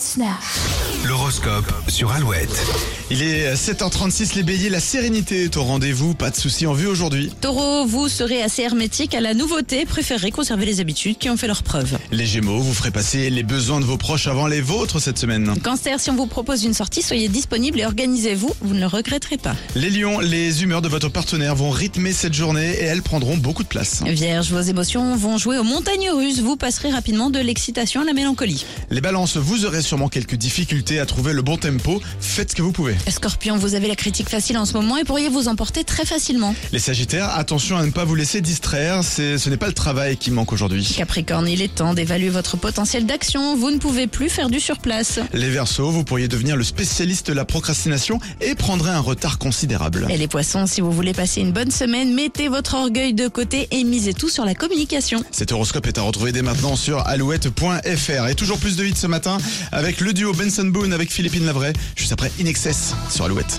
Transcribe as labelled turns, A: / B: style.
A: 6-9. L'horoscope sur Alouette.
B: Il est 7h36, les béliers, la sérénité est au rendez-vous, pas de soucis en vue aujourd'hui.
C: Taureau, vous serez assez hermétique à la nouveauté, préférez conserver les habitudes qui ont fait leur preuve.
B: Les gémeaux, vous ferez passer les besoins de vos proches avant les vôtres cette semaine.
C: Cancer, si on vous propose une sortie, soyez disponible et organisez-vous, vous ne le regretterez pas.
B: Les lions, les humeurs de votre partenaire vont rythmer cette journée et elles prendront beaucoup de place.
C: Vierge, vos émotions vont jouer aux montagnes russes, vous passerez rapidement de l'excitation à la mélancolie.
B: Les balances, vous aurez sûrement quelques difficultés à trouver le bon tempo, faites ce que vous pouvez.
C: Scorpion, vous avez la critique facile en ce moment et pourriez vous emporter très facilement.
B: Les sagittaires, attention à ne pas vous laisser distraire, c'est- ce n'est pas le travail qui manque aujourd'hui.
C: Capricorne, il est temps d'évaluer votre potentiel d'action, vous ne pouvez plus faire du surplace.
B: Les versos, vous pourriez devenir le spécialiste de la procrastination et prendrez un retard considérable.
C: Et les poissons, si vous voulez passer une bonne semaine, mettez votre orgueil de côté et misez tout sur la communication.
B: Cet horoscope est à retrouver dès maintenant sur alouette.fr. Et toujours plus de hits ce matin avec le duo Benson Boone avec Philippine Lavray, juste après In Excess sur Alouette.